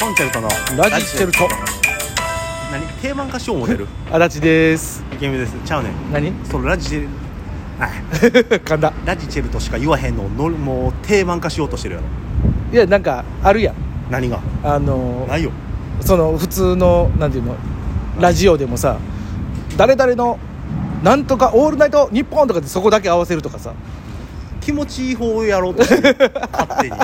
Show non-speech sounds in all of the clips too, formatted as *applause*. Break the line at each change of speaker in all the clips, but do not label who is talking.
コンチェルトの
ラジチェルト
何定番歌手をモデル
足立です
イケメンですちゃうねん
*laughs* 何
そのラジチェルあ
噛んだ
ラジチェルトしか言わへんのをのもう定番化しようとしてるやろ
いやなんかあるやん
何が
あの
ないよ
その普通のなんていうのラジオでもさ誰々のなんとかオールナイト日本とかでそこだけ合わせるとかさ
気持ちいい方をやろうとして
*laughs*
る勝手に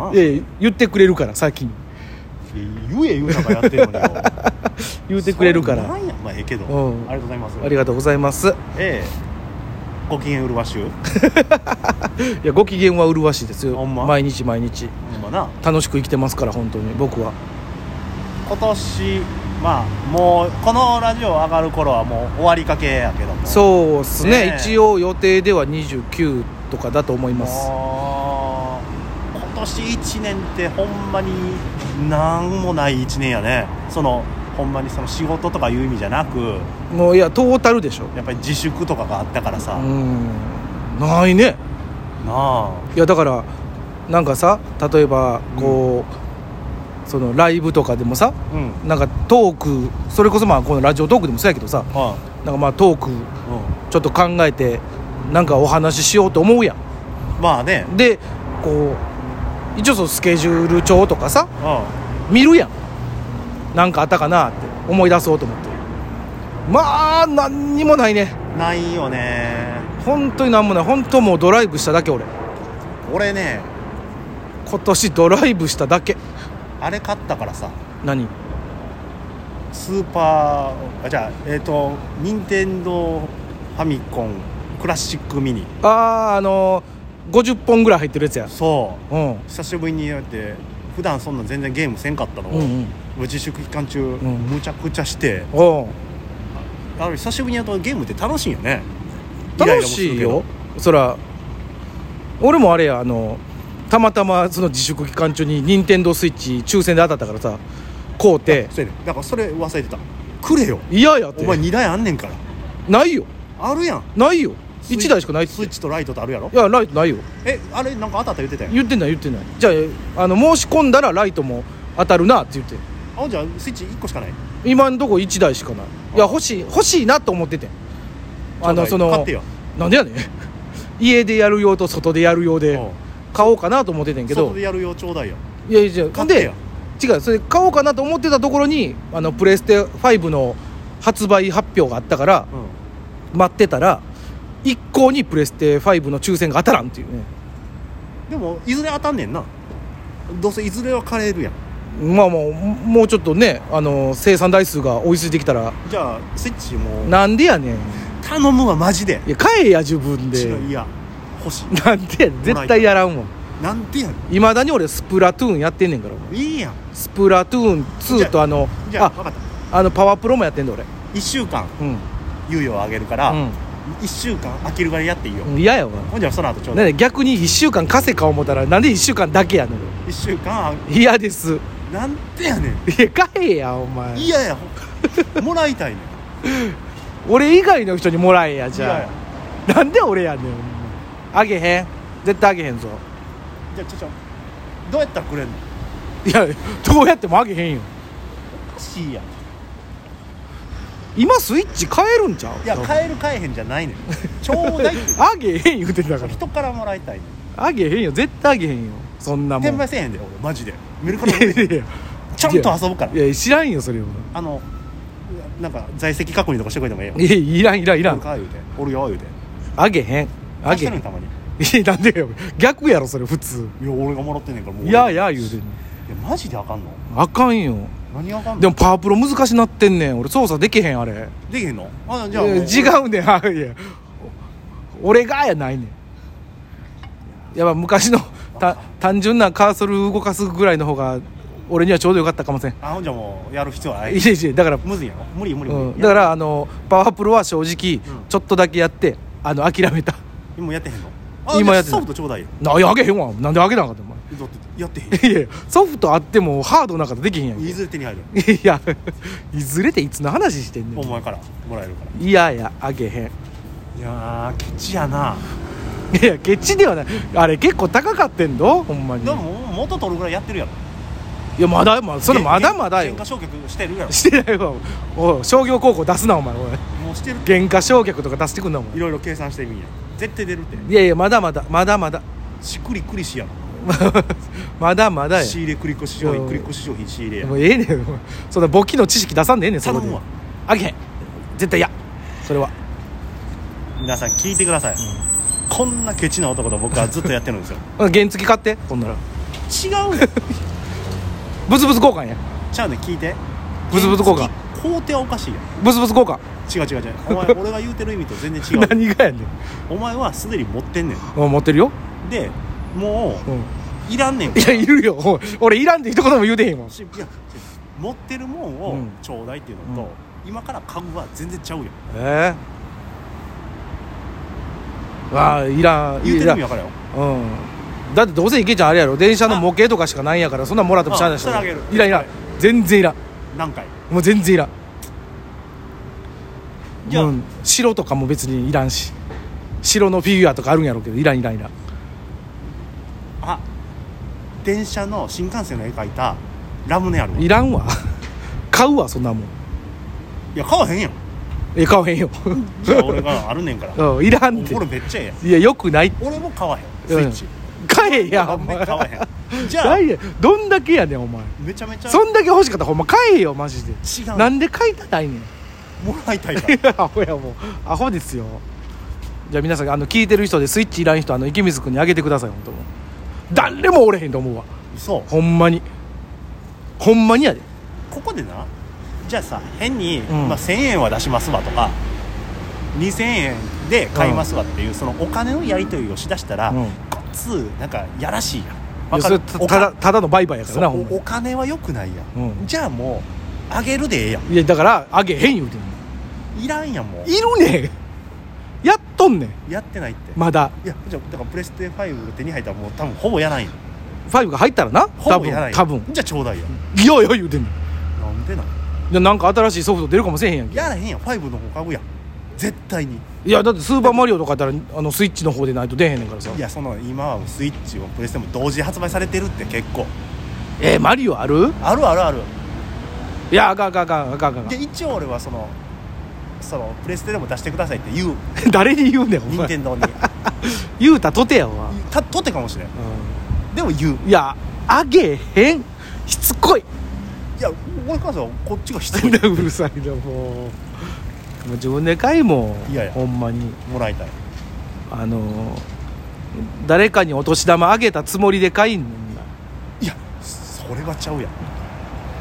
あ
いやいや言ってくれるから先に
言え言うなんかやってるのによ
言ってくれるか
そん
ら
なんやまあええけど、
うん
ありがとうございます
ありがとうございます
ええご機嫌うるわしゅう
いやご機嫌は麗しいです
ほ
よ
んま
毎日毎日
ほんまな
楽しく生きてますから本当に僕は
今年まあもうこのラジオ上がる頃はもう終わりかけやけどもう
そうっすね
ねえ
一応予定では29とかだと思います
もう今年1年ってほんまに何もない1年やねそのほんまにその仕事とかいう意味じゃなく
もういやトータルでしょ
やっぱり自粛とかがあったからさ、
う
な
ーんないね
あ
いやだからなんかさ例えばこう、そのライブとかでもさ
うん
なんかトークそれこそまあこのラジオトークでもそうやけどさ
あ
なんかまあトーク
う
ちょっと考えてなんかお話ししようと思うやん
んまあね
でこう一応そのスケジュール帳とかさ
う
見るやんなんかあったかなって思い出そうと思ってまあ何にもないね
んないよね
本当に何もない本当もうドライブしただけ俺
俺ね
今年ドライブしただけ
あれ買ったからさ
何
スーパーあじゃあえっ、と任天堂ファミコンクラシックミニ
あああのー、50本ぐらい入ってるやつや
そ
うん
う久しぶりにやって普段そんな全然ゲームせんかったの、
うんうん
自粛期間中、
ん
むちゃくちゃして
おう
あの久しぶりにやるとゲームって楽しいよねイライラも
楽
する
しい
けど
よそら俺もあれやあのたまたまその自粛期間中に任天堂スイッチ抽選で当たったからさ買うて
そうやねだからそれ忘れてたくれよ
嫌ややっ
お
て
前2台あんねんから
ないよ
あるやん
ないよ1台しかないっ
ス
て
イッチとライトとあるやろ
いやライトないよ
えあれなんか当たった言ってたやん
言ってない言ってないじゃああの申し込んだらライトも当たるなって言って
あじゃあスイッチ1個しかない
今んとこ1台しかないいや欲しい欲しいなと思っててあの
ちょ
そう
だい買
の
ってよ
なんでやねん *laughs* 家でやる用と外でやる用で
うん
買おうかなと思っててんけ
外
ど
でやるよちょうだいよ
いやいやじゃ
買
あ
って
で
よ
違うそれ買おうかなと思ってたところにあのプレステ5の発売発表があったから
うん
待ってたら一向にプレステ5の抽選が当たらんっていうね
でもいずれ当たんねんなどうせいずれは枯れるやん
まあもうもうちょっとねあの生産台数が追いついてきたら
じゃあスイッチも
なんでやねん
頼むわマジで
いや買えや自分で
違ういや欲しい
なんでやねん絶対やらんわ
なんてやね
いまだに俺スプラトゥーンやってんねんから
んいいやん
スプラトゥーン2とあの
じゃあ
あ
分かった
あのパワープロもやってんだ俺
1週間
うん
猶予をあげるから、
うん
1週間飽きるぐらいやっていいよ、
うん嫌やわ
ほんじゃその後ちょう
なん
だい
で逆に1週間稼か思ったらなんで1週間だけやねん
1週間
嫌です
なんてやねん
いや買えやお前
嫌やほん *laughs* もらいたいねん
俺以外の人にもらえやじ
嫌
ゃ
や
あなんで俺やねんお前あげへん絶対あげへんぞ
じゃあちょちょどうやったらくれんの
いやどうやってもあげへんよ
おかしいやん今
今スイッチ買えるんちゃう
い
い
や買える買えへんじゃないねんちょうだいって *laughs*
あげへん言うてんだから
人からもらいたいねん
あげへんよ絶対あげへんよそんなもん
転売せえへんで俺マジでメルカ
い
リも
やいやいや
ちゃんと遊ぶから
いや知らんよそれは
あのなんか在籍確認とかしてくれてもええよ
いやいらんいらんい
い
ら
る
ん
か言うておるよ言うて
あげへんあ
貸し
げ
て
へん
るんたまにい
いやなんでよ逆やろそれ普通
や俺がもらってんねんからもう
いやいや言うてんの
いやマジであかんの
あかんよ
何があかんの
でもパワープロ難しなってんねん俺操作できへんあれ
できへんのあ
い
じゃ
や
あ
違
う
うねんあいや俺がやないねんやっぱ昔のた単純なカーソル動かすぐらいの方が俺にはちょうどよかったかもしれん *laughs*
あほんじゃもうやる必要はない
いやいやだから
むずいやろ無理無理
う
無
ん、
理
だか
いや
らあのパワープロは正直
うん
ちょっとだけやってあの諦めた
もうやってへんの
今
今や
や
っ
ってて
ソ
な
フ
い
トちょうだいよ
なあいやあげへんわなんであげなあかったんお
だってやって
*laughs*
へん
前いやいやソフトあってもハードなんかできへんやんい
いずれ手に入る
やいずれていつの話してんね
お
ん
前からもらえるから
いやいやあげへん
いやーケチやない
やケチではないあれ結構高かってんどほんまに
でももう元取るぐらいやってるやろ
いやまだまだそれまだまだよ
喧嘩焼却してるやろ
してないわおい商業高校出すなお前おい
もうしてるって
原価償却とか出してくんなお前
いろいろ計算してみんや絶対出るって
いやいやまだまだまだまだ *laughs*
しっくりくりしやろ
まだまだや
仕入れ繰り越し商品繰り越し商品仕入れや
もうええねんお前そんな簿記の知識出さんでええねんそこで
頼むわ
あげへん絶対嫌それは
皆さん聞いてください、こんなケチな男と僕はずっとやってるん
*laughs*
ですよ
原付き買ってほんなら
違うよ
ブツブツ交換や
ちゃうねん聞いて
ブツブツ交換
工程はおかしいやん
ブツブツ交換
違う違う違
*laughs*
うお前俺が言うてる意味と全然違う
何がやねん
お前はすでに持ってんね
お持ってるよ、
んでも
うん、
ういらんねん
いやいるよおい俺いらんって一言も言うてへんもん
しいや持ってるもん
う
を
ん
ちょうだいっていうのと、
うん
今から買うは全然ちゃうやん
ええああいらん
言うてる意
いらん
味分かるよ
うんだってどうせ池ちゃんあれやろ電車の模型とかしかないんやからそんなんもらってもしゃあないし
あそれあげる
いらんいらん全然いらん
何回
もう全然いらん
じゃあ
うん、白とかも別にいらんし白のフィギュアとかあるんやろうけどいらんいらんいらん
あ電車の新幹線の絵描いたラムネあるわ
い
い
らんわ *laughs* 買うわそんなもん
や買わへんや
*laughs*
ん
え買わへんよ、
じゃあ俺があるねんから
*laughs* うん、いらんって
これめっちゃええやん
いやよくないって
俺も買わへんスイッチ、
買えや
あ
お
んま
前
り買わへんじゃあ
ダイヤどんだけやねんお前
めちゃめちゃ
そんだけ欲しかったらほんま買えよマジで
違う
なんで買いたないねんい
もらいたい
*laughs*
から
や *laughs* アホやもうアホですよじゃあ皆さんあの聞いてる人でスイッチいらん人あの池水君にあげてください本当もう誰もおれへんと思うわ
そう
ほんまにほんまにやで
ここでなじゃあさ変に、
ん
まあ、1000円は出しますわとか2000円で買いますわっていう、そのお金のやり取りをしだしたら、
うん
こっつなんかやらしいやん
い
わ
や
か
それ
る
た
お
ただ
金
ただの売買やから
そう
なほんま
おお金はよくないやん、
うん
じゃあもうあげるでええや
にいやだからあげへん言うてんの
んいらんやんも
いるねんやっとんねん
うやってないって、
まだ
いやじゃあだからプレステ5が手に入ったらもう多分ほぼやないよ
5が入ったらな
ほ
多
ぼやらな
分
い
多分
じゃあちょうだいや
いやいや言うてんの
なんでなん
いやなんか新しいソフト出るかもしれへんやんけ
やらへんやん5の方買うやん絶対に
いやだってスーパーマリオとかやったらあのスイッチの方でないと出へんねんからさ
いやその今はスイッチもプレステも同時発売されてるって結構
えーマリオある
あるあるある
いやあかんあかんあかんあかんあかんあか
で一応俺はそのそのプレステでも出してくださいって言うん
*laughs* 誰に言うねんお
任
前
天堂 *laughs* に
言うたとてやわ、
た取ってかもしれん
う、
でも言うん
いやあげへんしつこい
いや俺からしたらこっちが必
*laughs* う
要
るさいなもうもう自分でかいもん
いやいや
ほんまに
もらい *laughs* たい
あのー誰かにお年玉あげたつもりで買いんねんない
やそれはちゃうやん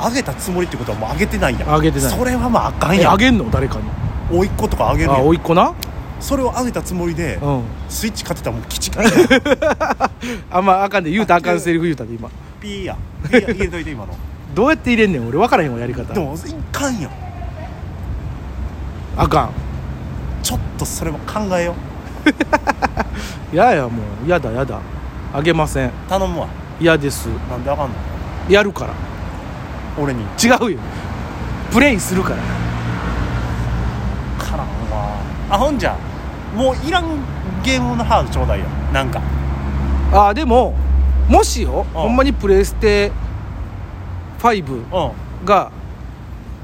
あげたつもりってことはもうあげてないやん
あげてない
それはまああかん
え
や
あ
ん
げんの誰かに
おいっ子とかあげるや
あ
ん
おいっ子な
それをあげたつもりで
うん
スイッチ買ってたらもうきちかい *laughs* やん
あんまあかんで言うたらあかんセリフ言うたで今
ピーやピーや入れといて *laughs* 今の
どうやって入れんねん俺分からへんわやり方
でもいかんやん
あかん
ちょっとそれは考えよう
いやいやもうやだやだあげません
頼むわ
嫌です
なんであかんの
やるから
俺に
違うよプレイするから
からんわあほんじゃもういらんゲームのハードちょうだいよなんか
ああでももしよ
ああ
ほんまにプレイステ5
うん
が、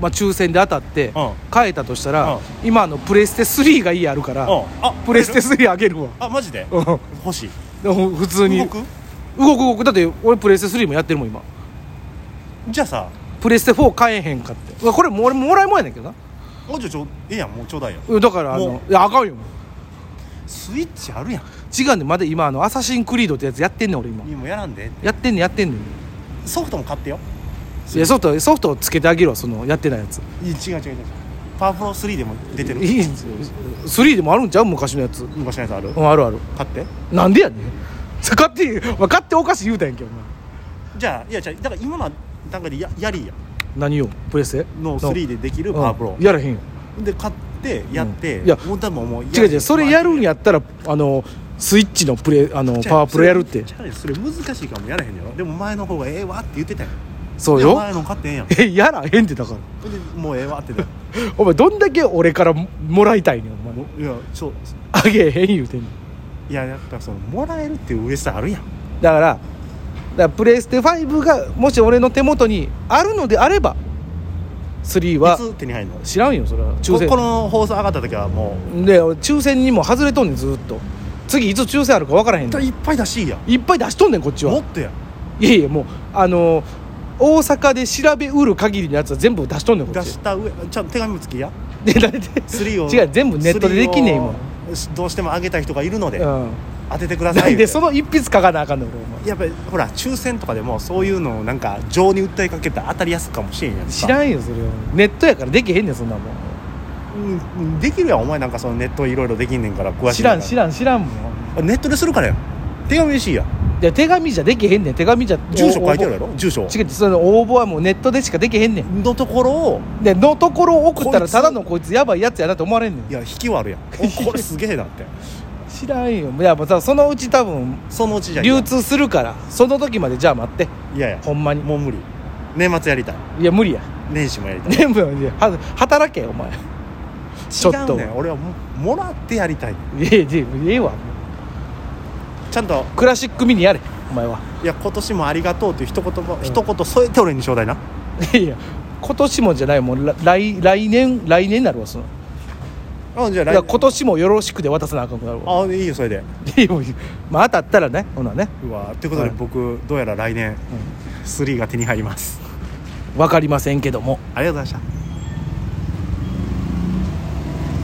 まあ、抽選で当たって
ああ
変えたとしたら
ああ
今のプレステ3がいいあるから
うんあ
プレステ
ス
3あげるわ
あマジで
うん
欲しい
*laughs* でも普通に
動く
動く動くだって俺プレステ3もやってるもん今
じゃあさ
プレステ4買えへんかってうわこれもう俺もらいもんやねんけどな
おじゃちょええやんもうちょうだいよ
うんだからあの
も
いやあかんよ
スイッチあるやん
違うねんまだ今あのアサシンクリードってやつやってんねん俺今
にもやらんで
やってんねんやってんねん
ソフトも買ってよ
いやソフトソフトをつけてあげるわそのやってないやつ
いや違う違う違う違うパワフロ3でも出てる
いい3でもあるんちゃう昔のやつ
昔のやつある
うんあるある
買って
なんでやねんそれ買ってお前買っておかしい言うたんやんけお前
じゃあいやじゃだから今の段階でややりや
何をプレステ
の3でできる
うん
パワープロ
やらへんよ
で買ってやって
うんいや
もう多分もう
違う違うそれやるん
や
やったらあのスイッチのプレあの
じゃあ
パワープロやるって
それそれ難しいからもやらへんやろでも前の方がええわって言ってたやん
そう
いや
よ
前の買ってええやんで
*laughs* えやらへんってだから
もうええわってなも
お前どんだけ俺からももらいたいねんお前
ういやそう
あげへん言うてんねん
いややっぱそのもらえるっていう嬉しさあるやん
だからからプレイステ5がもし俺の手元にあるのであれば3はい
つ手に入るの
知らんよそれは抽
こ
選
この放送上がった時はも
で俺抽選にも外れとんねんずっと次いつ抽選あるか分からへん
う
ねん
いっぱい出しいや
いっぱい出しとんねんこっちは
もっとや
いやいやもうあのー大阪で調べうる限りのやつは全部出しとんねんこ
出
っち
した上ちゃんと手紙も付きや
でだって
3を
違う全部ネットでできんねん今
3をどうしても上げたい人がいるので、
うん
当ててくだ
な
さい
ん
よ
でその一筆書かなあかんの俺お前
やっぱりほら抽選とかでもそういうのをなんか情に訴えかけたら当たりやすくかもしれんやんか
知らんよそれはネットやからできへんねんそんなもん
うんできるやんお前なんかそのネットいろいろできんねんから詳しい
知らん知
ら
らん知らんもん
んネットでするからやん手紙嬉しいやん
いや手紙じゃできへんねん手紙じゃ
住所書いてあるや
ろ
ろ住所
違うその応募はもうネットでしかできへんねん
のところを
でのところを送った
こい
ら
つ
ただのこいつやばいやつやなって思われんねん
いや引きはあるや
*laughs*
んおこれすげえなって
知らんよいやもうさそのうち多分
そのうちじゃん
流通するからその時までじゃあ待って
いやいや
ほんまに
もう無理年末やりたい
いや無理や *laughs*
年始もやりたい
全部いやは働けよお前いちょっと
違うねん俺はももらってやりたい
やいやええわ
ちゃんと
クラシックミニやれお前はい *laughs*
や今年もありがとうっていう一言も、一言添えて俺にちょうだいない
やいや今年もじゃないもうら来来年来年になるわその
あじゃあ
いや今年もよろしくで渡さなあかんくなるわ
あいいよそれで
*laughs* いやもうまあ当たったらねほなね
うわということで
はい
僕どうやら来年3が手に入ります
分かりませんけども
ありがとうございました